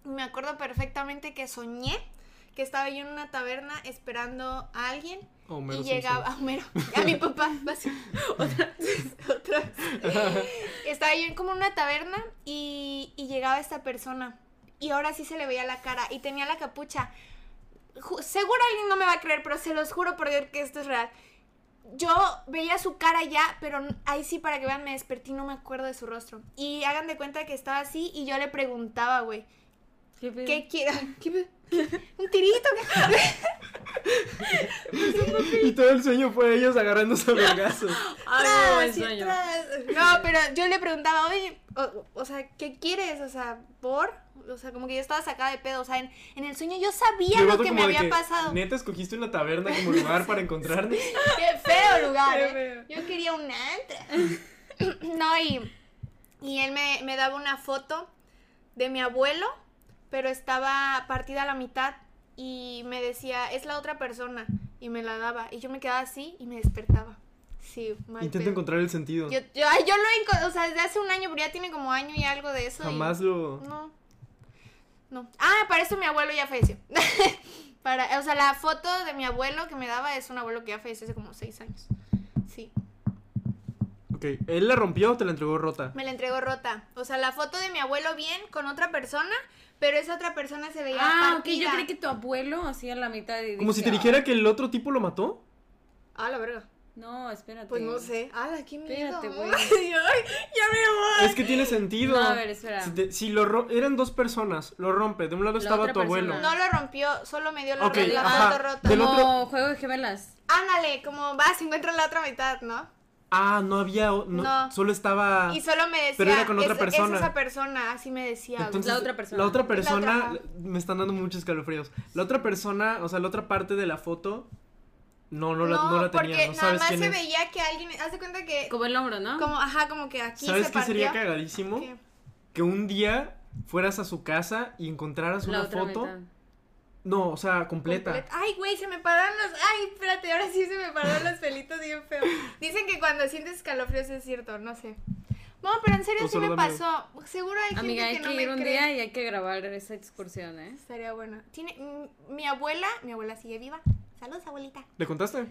Me acuerdo perfectamente que soñé que estaba yo en una taberna esperando a alguien A Homero y llegaba a Homero, a mi papá, [laughs] vas- otra vez, otra vez. Estaba yo en como una taberna y, y llegaba esta persona y ahora sí se le veía la cara y tenía la capucha. Ju- Seguro alguien no me va a creer, pero se los juro por Dios que esto es real. Yo veía su cara ya, pero n- ahí sí para que vean me desperté y no me acuerdo de su rostro. Y hagan de cuenta que estaba así y yo le preguntaba, güey, ¿Qué pedo? ¿Qué quiera? ¿Qué pe- [laughs] ¿Un tirito? Y todo el sueño fue ellos [laughs] agarrándose a vergazos. Ay, no, Tras, el Ah, sí, sueño. tras. [laughs] No, pero yo le preguntaba, oye, o, o sea, ¿qué quieres? O sea, ¿por? O sea, como que yo estaba sacada de pedo. O sea, en, en el sueño yo sabía Y el lo vato que me como de había pasado. Neta, escogiste una taberna como lugar para encontrarnos. [laughs] Qué feo lugar, Qué ¿eh? Yo quería un antro. [laughs] No, y, y él me, me daba una foto de mi abuelo, pero estaba partida a la mitad y me decía, es la otra persona, y me la daba. Y yo me quedaba así y me despertaba. Sí, mal Intenta pedo. encontrar el sentido. Yo, yo, ay, yo lo encontré, o sea, desde hace un año, pero ya tiene como año y algo de eso. y- Jamás lo. No. No. Ah, para eso mi abuelo ya falleció. [laughs] para, o sea, la foto de mi abuelo que me daba es un abuelo que ya falleció hace como seis años. Sí. Ok, ¿él la rompió o te la entregó rota? Me la entregó rota. O sea, la foto de mi abuelo bien con otra persona, pero esa otra persona se veía Ah, ok, partida. yo creí que tu abuelo hacía la mitad de. Como si te dijera que el otro tipo lo mató. Ah, la verga. No, espérate. Pues no sé. Ah, qué miedo. Espérate, güey. [laughs] Ay, ay, ya me voy. Es [laughs] que tiene sentido. No, a ver, espera. Si, te- si lo ro- eran dos personas, lo rompe. De un lado La estaba otra tu abuelo. persona. No lo rompió, solo me dio la, Ok, la ajá. foto rota. Del Como otro- juego de gemelas. Ándale, como vas, encuentra la otra mitad, ¿no? Ah, no había. o- No, No. Solo estaba. Y solo me decía. Ah. Pero era con otra "Es- persona". Es esa persona, así me decía. güey. Entonces, La otra persona. La otra persona. La otra, ajá. Me están dando muchos escalofríos. La otra persona, o sea, la otra parte de la foto. No, no, la, no la tenía. porque no nada sabes más quién se es. veía que alguien. Haz de cuenta que. Como, Como el hombro, ¿no? ajá, como que aquí ¿Sabes se qué partió. sería cagadísimo? ¿Qué? Que un día fueras a su casa y encontraras la una otra foto. mitad. No, o sea, completa. Completa. Ay, güey, se me pararon los. Ay, espérate, ahora sí se me pararon los pelitos bien feo. Dicen que cuando sientes escalofríos es cierto, no sé. No, pero en serio Pues sí solo me dame- pasó. Seguro hay gente Amiga, hay que que, no me ir un cree. día y hay que grabar esa excursión, ¿eh? Estaría bueno. Tiene mm, mi abuela, mi abuela sigue viva. Saludos, abuelita. ¿Le contaste?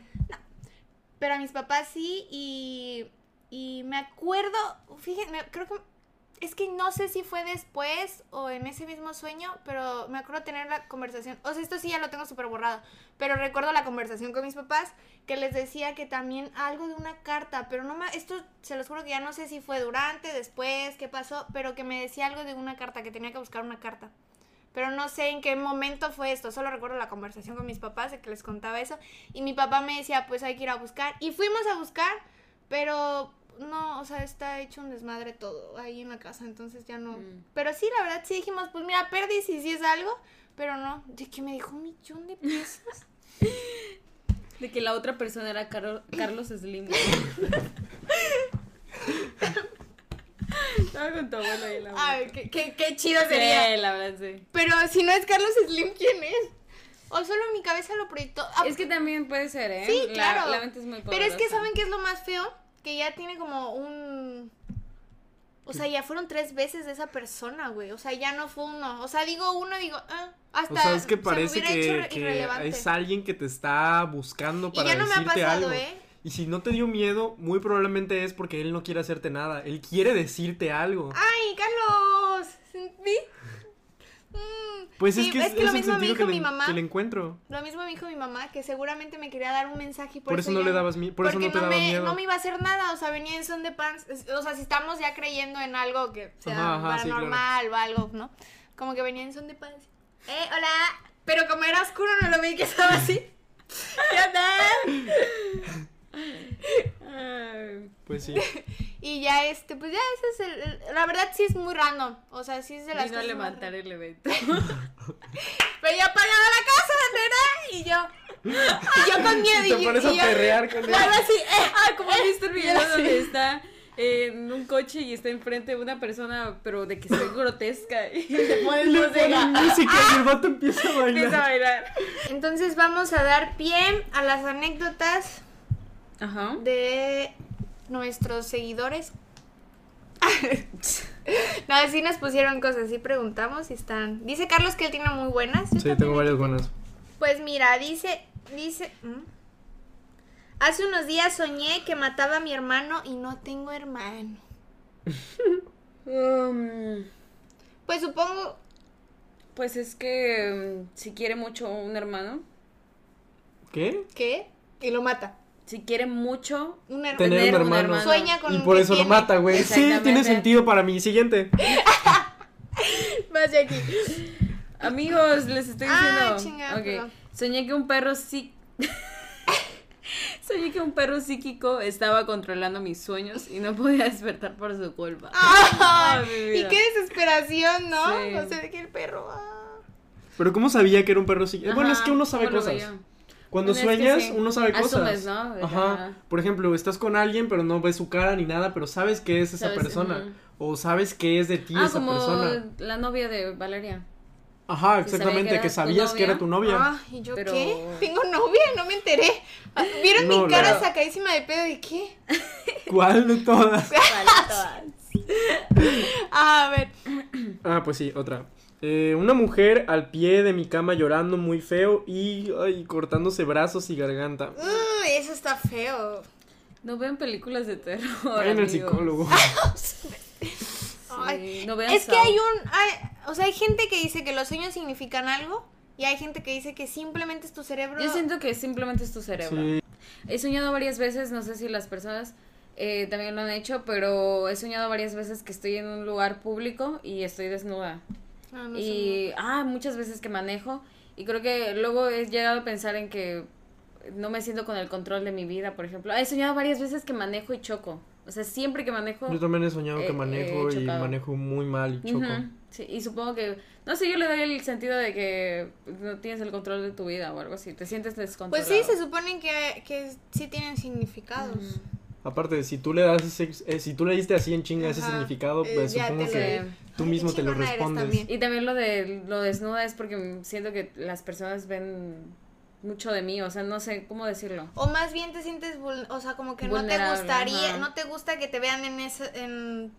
Pero a mis papás sí y, y me acuerdo, fíjense, me- creo que es que no sé si fue después o en ese mismo sueño, pero me acuerdo tener la conversación, o sea, esto sí ya lo tengo súper borrado, pero recuerdo la conversación con mis papás que les decía que también algo de una carta, pero no me, esto se los juro que ya no sé si fue durante, después, qué pasó, pero que me decía algo de una carta, que tenía que buscar una carta. Pero no sé en qué momento fue esto. Solo recuerdo la conversación con mis papás de que les contaba eso. Y mi papá me decía, pues hay que ir a buscar. Y fuimos a buscar, pero no, o sea, está hecho un desmadre todo ahí en la casa. Entonces ya no. Mm. Pero sí, la verdad, sí dijimos, pues mira, perdí si sí es algo. Pero no, de que me dejó un millón de pesos. De que la otra persona era Carlo- Carlos Slim. Estaba con tu abuelo y la Ay, qué, qué, qué chido sería. Sí, la verdad, sí. Pero si no es Carlos Slim, ¿quién es? O solo mi cabeza lo proyectó. Ah, Es que también puede ser, ¿eh? Sí, La- claro. La, mente es muy Pero es que, poderosa. ¿saben qué es lo más feo? Que ya tiene como un. O sea, ya fueron tres veces de esa persona, güey. O sea, ya no fue uno. O sea, digo uno, digo, ah, hasta. o sea, es que se me parece hubiera hecho que, irre- que irrelevante. es alguien que te está buscando Y para ya no me ha decirte pasado, algo. ¿eh? Y si no te dio miedo, muy probablemente es porque él no quiere hacerte nada. Él quiere decirte algo. ¡Ay, Carlos! ¿Sí? Mm, pues sí, es que es, lo es el mismo me sentido dijo que, le, mi mamá. que le encuentro. Lo mismo me dijo mi mamá, que seguramente me quería dar un mensaje y por, Por eso no ya le dabas mi- por eso porque no te daba me, miedo. no me iba a hacer nada, o sea, venía en son de pants. es- O sea, si estamos ya creyendo en algo que sea Ajá, ajá, sí, paranormal o algo, ¿no? Como que venía en son de pants. ¡Eh, hola! Pero como era oscuro no lo vi que estaba así. ¿Qué onda? Ay. Pues sí. Y ya este, pues ya ese es el, el- La verdad sí es muy random. O sea, sí es de las Vino a cosas más [laughs] levantar el evento. Pero ya pagaba la casa, ¿verdad? Y yo, yo con miedo. [laughs] Y y te yo- pones y a yo- perrear con él. Claro, así, eh, Ah, [laughs] como has visto el video sí. donde está eh, en un coche y está enfrente de una persona, pero de que [laughs] se ve grotesca y [laughs] le Y ponen le voz de ponen gato. música y el vato empieza a Empieza a bailar. bailar. Entonces vamos a dar pie a las anécdotas Ajá. de nuestros seguidores. [laughs] no, sí nos pusieron cosas, sí preguntamos si están. Dice Carlos que él tiene muy buenas. yo Sí, también tengo aquí varias buenas. Pues mira, dice, dice... ¿Mm? Hace unos días soñé que mataba a mi hermano y no tengo hermano. Um, Pues supongo... pues es que mm, si quiere mucho un hermano, ¿Qué? ¿Qué? Y lo mata. si quiere mucho, Un hermano. Tener, Tener un un hermano. hermano. Sueña con Y un por que eso lo tiene. mata, güey. Sí, tiene Exactamente. sentido para mí. Siguiente. Más de aquí. amigos, les estoy Ah, diciendo. chingada, Ok. perdón. Soñé que un perro sí. [laughs] Soñé que un perro psíquico estaba controlando mis sueños y no podía despertar por su culpa. [laughs] Ay, mi y vida. qué desesperación, ¿no? Sí. No sé de qué el perro. ah. Pero ¿cómo sabía que era un perro psíquico? Eh, Bueno, es Ajá, que uno sabe ¿cómo lo cosas. veía? Cuando Bueno, es que sueñas, sí. uno sabe Asumes, cosas. ¿no? De Ajá. que- Por ejemplo, estás con alguien, pero no ves su cara ni nada, pero sabes que es esa Sabes, persona. O sabes que es de ti ah, esa como persona. la novia de [laughs] Valeria. Ajá, que sabía exactamente, que era que tu sabías que novia. era tu novia. Ah, ¿y yo Pero- qué? [laughs] Tengo novia, no me enteré. Ah, ¿Vieron No, mi cara la- sacadísima de pedo de [laughs] qué? ¿Cuál de todas? Ah, a ver. Ah, pues sí, otra. Eh, una mujer al pie de mi cama llorando muy feo y ay, cortándose brazos y garganta. Uh, eso está feo. No vean películas de terror. Vayan al amigos. psicólogo. Ah, Ay, no vean es que Saw. hay un. hay- o sea, hay gente que dice que los sueños significan algo. Y hay gente que dice que simplemente es tu cerebro. Yo siento que simplemente es tu cerebro. Sí. He soñado varias veces, no sé si las personas eh, también lo han hecho, pero he soñado varias veces que estoy en un lugar público y estoy desnuda. No, no y, sé. ah, muchas veces que manejo. Y creo que luego he llegado a pensar en que no me siento con el control de mi vida, por ejemplo. Ah, He soñado varias veces que manejo y choco. O sea, siempre que manejo... Yo también he soñado Eh, que eh, manejo y chocado. manejo muy mal y choco. Ujú, sí, y supongo que, no sé, yo le doy el sentido de que no tienes el control de tu vida o algo así, te sientes Pues descontrolado. sí, se suponen que, que sí tienen significados. Mm. Aparte, si tú le das ese, eh, si tú le diste así en chinga ese Ajá. significado, Eh, pues ya supongo te lo- que tú Ay, mismo qué te lo chingona eres respondes. también. Y también lo de lo desnuda es porque siento que las personas ven mucho de mí, o sea, no sé cómo decirlo. O más bien te sientes, vul- o sea, como que no te Vulnerable, gustaría, ajá. no te gusta que te vean en ese, en,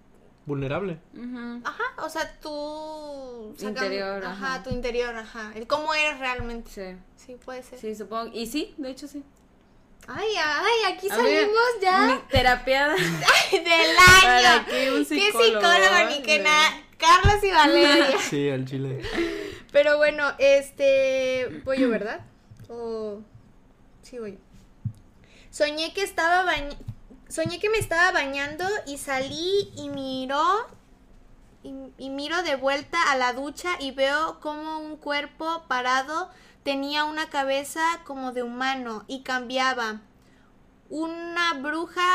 Vulnerable. Ujú. ajá, o sea, tu sacan- Interior, ajá, ajá. tu interior, ajá, el cómo eres realmente. Sí, Sí, puede ser. sí, supongo. Y sí, de hecho sí. Ay, ay, aquí A ver, salimos ya Mi [laughs] terapiada. del Para año. aquí un Qué psicólogo. psicólogo ni que Sí. nada. Carlos y [laughs] Valeria. Sí, al chile. Pero bueno, este. Voy yo, ¿verdad? O. Sí, voy yo. Soñé que estaba bañ... Soñé que me estaba bañando y salí y miró. Y, y miro de vuelta a la ducha y veo como un cuerpo parado tenía una cabeza como de humano y cambiaba. Una bruja.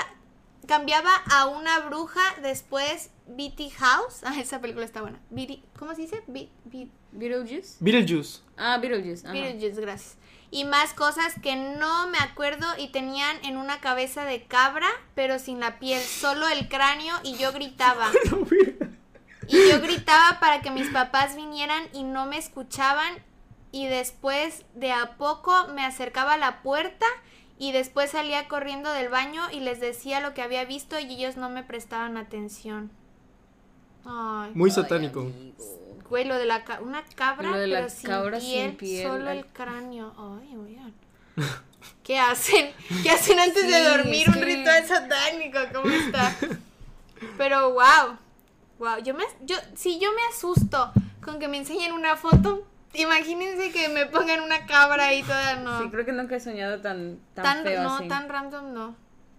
Cambiaba a una bruja después Beatty House. [laughs] Ah, esa película está buena. Beatty- ¿Cómo se dice? Be- Be- Beetlejuice. [laughs] Beetlejuice. Ah, Beetlejuice. ajá. Beetlejuice, gracias. Y más cosas que no me acuerdo y tenían en una cabeza de cabra, pero sin la piel, solo el cráneo y yo gritaba. No, mira. Y yo gritaba para que mis papás vinieran y no me escuchaban. Y después de a poco me acercaba a la puerta y después salía corriendo del baño y les decía lo que había visto y ellos no me prestaban atención. Ay. Muy Ay, satánico. amigo. Güey, lo de la ca- una cabra, Lo de la pero sin, cabra sin piel, piel, solo ay. el cráneo. Ay, oigan. ¿Qué [laughs] hacen? ¿Qué hacen antes de Sí, dormir? es Un que- ritual satánico, ¿cómo [laughs] está? Pero wow. Wow, yo me as- yo si yo me asusto con que me enseñen una foto, imagínense que me pongan una cabra ahí toda no. Sí, creo que nunca he soñado tan, tan, Ah. tan feo no, así. tan random no.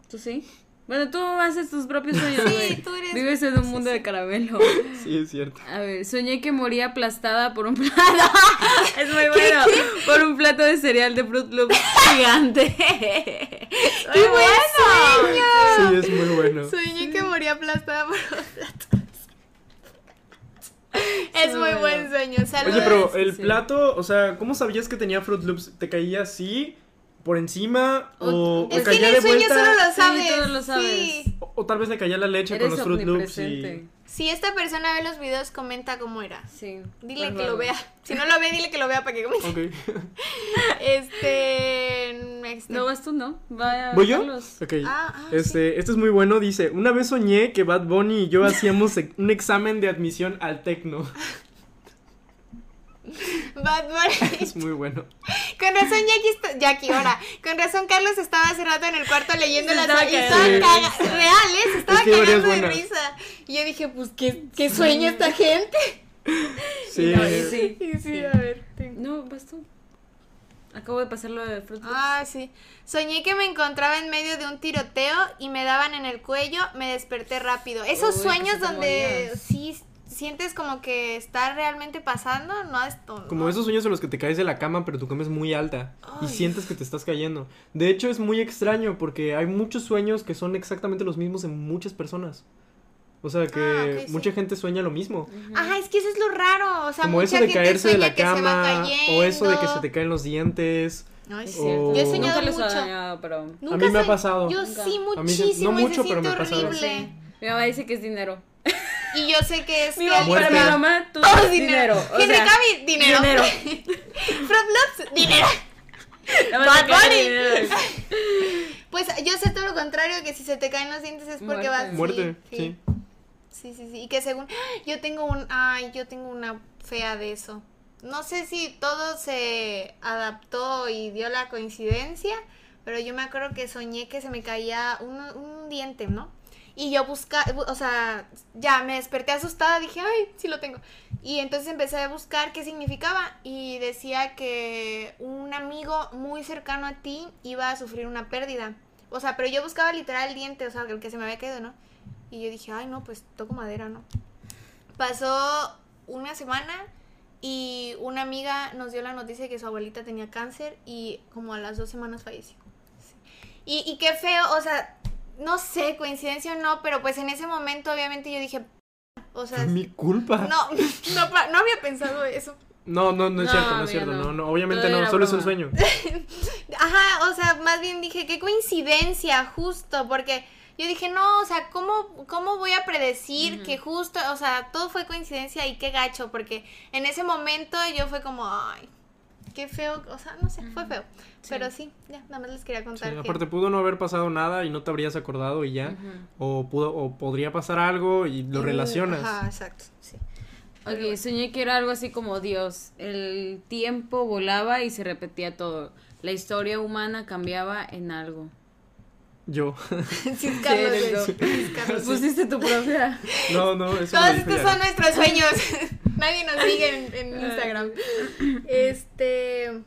¿Tú sí? Bueno, tú haces tus propios sueños, Sí, güey. tú eres- Vives en un mundo [laughs] de caramelo. Sí, es cierto. A ver, soñé que moría aplastada por un [laughs] plato. es muy bueno. Por un plato de cereal de Fruit [laughs] Loops gigante. ¡Qué buen Sí, sueño! es muy bueno. Soñé que moría aplastada por los [laughs] platos. Es muy buen sueño. Saludos. Oye, pero Sí, el sí. plato, o sea, ¿cómo sabías que tenía Fruit Loops? ¿Te caía así? por encima o, O- o Es que en caía el de sueño vuelta, solo lo Sí, sabes. todo lo sabes. sí. o, o tal vez le caía la leche con Eres los Fruit Loops omnipresente. y Si esta persona ve los videos, comenta cómo era. Sí. Dile pues que luego. lo vea. Si no lo ve, dile que lo vea para que [laughs] comente. [laughs] Ok. [laughs] Este. next. No, vas tú no. Vaya. ¿Voy yo? Carlos. Ok. Ah, ah, este, este es muy bueno. Dice: Una vez soñé que Bad Bunny y yo hacíamos e- un examen de admisión [laughs] al tecno. Bad Bunny. [laughs] [laughs] Es muy bueno. Con razón, Jackie, está- Jackie, ahora. Con razón, Carlos estaba hace rato en el cuarto leyendo Se la estaba y estaba cagando de caga- real, ¿eh? Se estaba Es que hay varias cagando de buenas. risa. Y yo dije, pues, ¿qué, qué sueña esta gente? Sí. No, y sí. Y sí, a ver. tengo- No, vas tú. Acabo de pasar lo de Fruit Loops. Ah, sí. Soñé que me encontraba en medio de un tiroteo y me daban en el cuello, me desperté rápido. Esos pues Uy, sueños que se te donde morías. sí sientes como que está realmente pasando, no es todo. Como esos sueños en los que te caes de la cama, pero tu cama es muy alta y Ay. sientes que te estás cayendo. De hecho, es muy extraño porque hay muchos sueños que son exactamente los mismos en muchas personas. O sea que Ah, ok, sí. mucha gente sueña lo mismo. Ajá, es que eso es lo raro. O sea, Como mucha eso de gente caerse de sueña la que se va cama, o eso de que se cayendo. te caen los dientes. No, es Es O- cierto. cierto. Yo he soñado Nunca los mucho. he soñado, pero. Nunca mí me ha soñ- pasado. Yo Nunca. sí A mí sí- no muchísimo. y mucho, se pero me ha siente pasado. horrible. Mi mamá dice que es dinero. Y yo sé que es Mi que mamá, alguien- Muerte. para mi mamá, tú Todo es dinero. dinero. O Henry sea, Cavill, dinero. Dinero. [laughs] Fruit Loops, dinero. La verdad Bad que Bunny. [laughs] dinero. Pues yo sé todo lo contrario, que si se te caen los dientes es porque Muerte. vas... sí, Muerte, sí. sí. Sí, sí, sí. Y que según... ¡Ah! Yo tengo un... Ay, yo tengo una fea de eso. No sé si todo se adaptó y dio la coincidencia, pero yo me acuerdo que soñé que se me caía un, un diente, ¿no? Y yo buscaba, o sea, ya me desperté asustada, dije, ay, sí lo tengo. Y entonces empecé a buscar qué significaba y decía que un amigo muy cercano a ti iba a sufrir una pérdida. O sea, pero yo buscaba literal el diente, o sea, el que se me había caído, ¿no? Y yo dije, ay, no, pues toco madera, ¿no? Pasó una semana y una amiga nos dio la noticia de que su abuelita tenía cáncer y como a las dos semanas falleció. Sí. Y, y qué feo, o sea, no sé, coincidencia o no, pero pues en ese momento obviamente yo dije, o sea, Fue Pues, mi culpa. no, no, pa- no había pensado eso. No, no, no es No, cierto, no es amiga, cierto. no. No, no, obviamente Todo no, era solo es un [laughs] broma. sueño. Ajá, o sea, más bien dije, qué coincidencia, justo, porque yo dije, no, o sea, ¿cómo, cómo voy a predecir que justo, o sea, todo fue coincidencia y qué gacho, porque en ese momento yo fue como, ay, qué feo, o sea, no sé, fue feo, pero sí, ya, nada más les quería Sí, contar. que- aparte pudo no haber pasado nada y no te habrías acordado y ya. O pudo, o podría pasar algo y lo Uh, relacionas. Ajá, exacto, sí. [laughs] Ok, soñé que era algo así como Dios. El tiempo volaba y se repetía todo. La historia humana cambiaba en algo. Yo. Sí, Carlos, eres güey, [laughs] tú. sí, Carlos. Pusiste tu [laughs] propia. No, no, eso Todos lo dijo estos ya. son nuestros sueños. [laughs] Ah. Nadie nos sigue en, en Instagram. Este,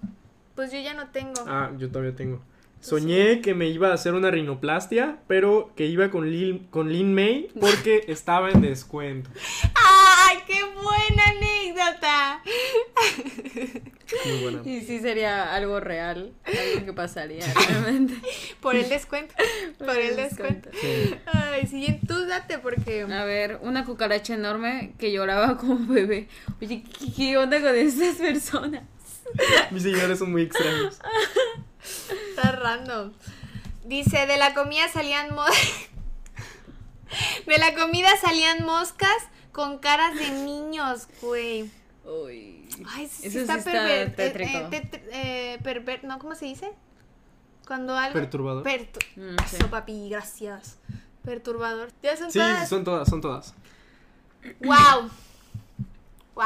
pues yo ya no tengo. Ah, yo todavía tengo. Soñé que me iba a hacer una rinoplastia, pero que iba con Lil, con Lin May porque estaba en descuento. ¡Ay, qué buena anécdota! Muy buena. Y sí sería algo real, algo [laughs] que pasaría realmente. Por el [laughs] descuento. Por el descuento. Ah. Sí. Ay, sí, tú date porque. A ver, una cucaracha enorme que lloraba [laughs] como bebé. Oye, ¿qué, qué onda con esas personas? Mis señores son muy extraños. Está random. Dice, de la comida salían moscas. [laughs] De la comida salían moscas con caras de niños, güey. Uy. Ay, sí, Eso sí está, sí está perver- eh, tétrico. eh, tetr- eh, perver- ¿no? ¿Cómo se dice? Cuando algo. Perturbador. Pertu- Mm, sí. Eso, papi, gracias. Perturbador. Ya son Sí, todas. son todas, son todas. Wow. Wow.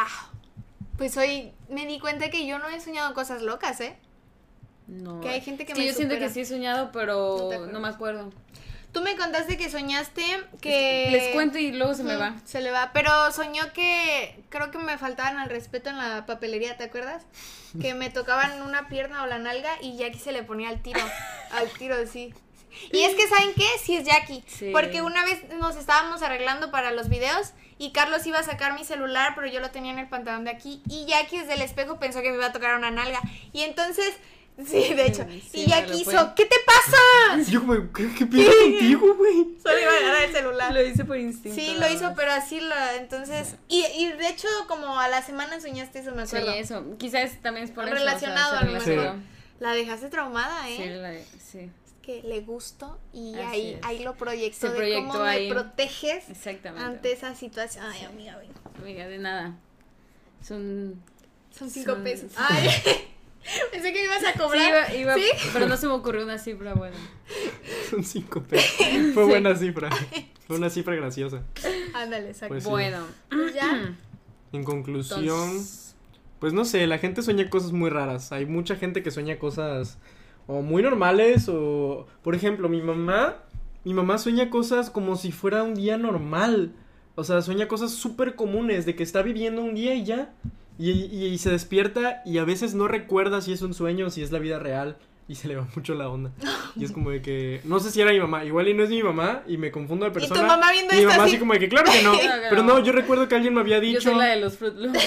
Pues hoy me di cuenta que yo no he soñado cosas locas, ¿eh? No. Que hay gente que Es me yo siento supera. que sí he soñado, No pero te no, acuerdas. me acuerdo. Tú me contaste que soñaste que Les cuento y luego se me Ujú, va. Se le va, pero soñó que creo que me faltaban al respeto en la papelería, ¿te acuerdas? Que me tocaban una pierna o la nalga y Jackie se le ponía al tiro, al tiro sí. Y es que saben qué, sí es Jackie, Sí. porque una vez nos estábamos arreglando para los videos y Carlos iba a sacar mi celular, pero yo lo tenía en el pantalón de aquí y Jackie desde el espejo pensó que me iba a tocar una nalga y entonces sí, de hecho, Sí, y me Jackie lo hizo, fue. ¿qué te pasa? [laughs] Yo como, ¿qué, qué pedo contigo, güey? Solo iba a agarrar el celular. Lo hice por instinto. Sí, lo nada hizo, más. pero así lo. Entonces. Y, y de hecho, como a la semana soñaste eso, me acuerdo. Soñé eso. Quizás también es por eso. Relacionado se a lo Sí. relacionó. mejor. La dejaste traumada, Sí, ¿eh? la de- sí, Es que le gusto y Así ahí, es. ahí lo proyectó Se de proyectó cómo ahí. me proteges exactamente. ante esa situación. Ay, amiga, ven. Oiga, de nada. Son. Son cinco Son- pesos. Ay, [laughs] pensé que me ibas a Sí, cobrar. iba, iba- ¿Sí? pero no se me ocurrió una cifra buena. Son cinco pesos. Fue buena cifra. Fue una cifra graciosa. Ándale, exacto. Pues sí. Bueno, Pues ya. En conclusión, entonces, pues no sé, la gente sueña cosas muy raras. Hay mucha gente que sueña cosas o muy normales o por ejemplo, mi mamá, mi mamá sueña cosas como si fuera un día normal. O sea, sueña cosas súper comunes de que está viviendo un día y ya. Y, y- y se despierta y a veces no recuerda si es un sueño o si es la vida real. Y se le va mucho la onda. Y es como de que. No sé si era mi mamá. Igual y no es mi mamá. Y me confundo de tu persona. mamá viendo y Mi esto mamá así. así como de que, [laughs] claro que no. Claro que Pero no. no, yo recuerdo que alguien me había dicho. yo soy la de los Fruit Loops.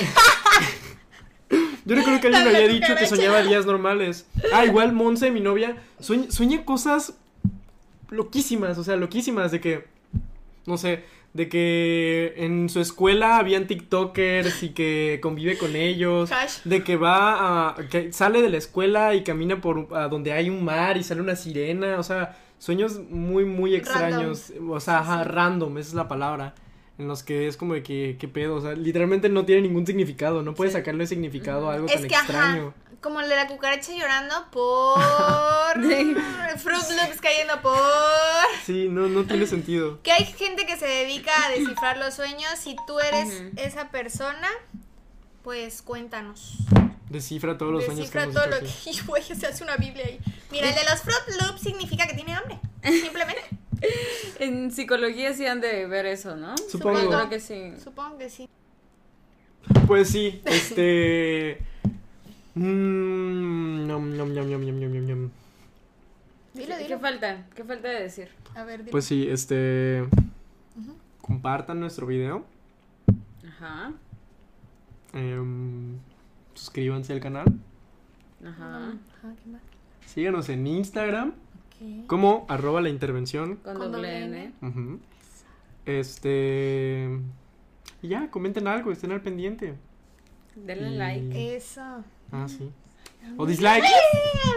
Yo recuerdo que alguien me La había dicho que cucaracha. soñaba días normales. Ah, igual Monse, mi novia, sueña, sueña cosas loquísimas, o sea, loquísimas, de que, no sé, de que en su escuela habían TikTokers y que convive con ellos. Hash. De que va a. que sale de la escuela y camina por a donde hay un mar y sale una sirena. O sea, sueños muy, muy extraños. O sea, ajá, random, esa es la palabra. En los que es como de que, qué pedo. O sea, literalmente no tiene ningún significado. No puedes sacarle significado a algo Es tan que extraño. ajá, como el de la cucaracha llorando [laughs] por Fruit Loops cayendo por Sí, no, no tiene sentido. que hay gente que se dedica a descifrar los sueños. Si tú eres Ujú. esa persona, pues cuéntanos. Descifra todos los sueños que Descifra hemos todo hecho lo que aquí. y, [laughs] güey, se hace una Biblia ahí. Mira, el de los Fruit Loops significa que tiene hambre. Simplemente. [laughs] En psicología sí han de ver eso, ¿no? Supongo. Yo creo que sí. Supongo que sí. Pues sí, este. mm, nom, nom, nom, nom, nom, nom, nom. Dilo, ¿Qué dilo. falta? ¿Qué falta de decir? A ver, dilo. Pues sí, este. Compartan nuestro video. Ajá, Em, suscríbanse al canal. ajá. Ajá, ¿qué más? Síganos en Instagram Ok. como arroba la intervención. Con, Con doble doble N. N. Ujú. Este... Y ya, comenten algo, estén al pendiente. Denle Y- like. Eso. Ah, sí. O dislike.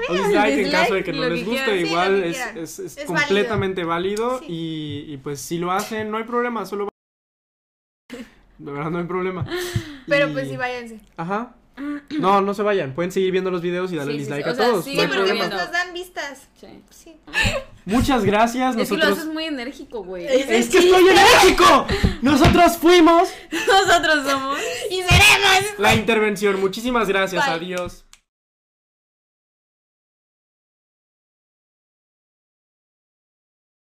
O dislike en Dislike, caso de que no lo les que guste. quieran, sí, lo Igual que es, quieran. es- es Es válido. completamente válido. Sí. Y, y pues si lo hacen, no hay problema. Solo... De verdad, no hay problema. [laughs] Pero Y- pues sí, váyanse. Ajá. No, no se vayan. Pueden seguir viendo los videos y darle Sí, sí, sí. dislike O a sea, todos. sí, no Sí, hay porque problema. pues no. nos dan vistas. Sí. Sí. Muchas gracias. Es que lo Nosotros. haces muy enérgico, güey. Es que estoy enérgico. Nosotros fuimos [laughs] Nosotros somos. ¡Y seremos! [laughs] la intervención. Muchísimas gracias. Bye. Adiós.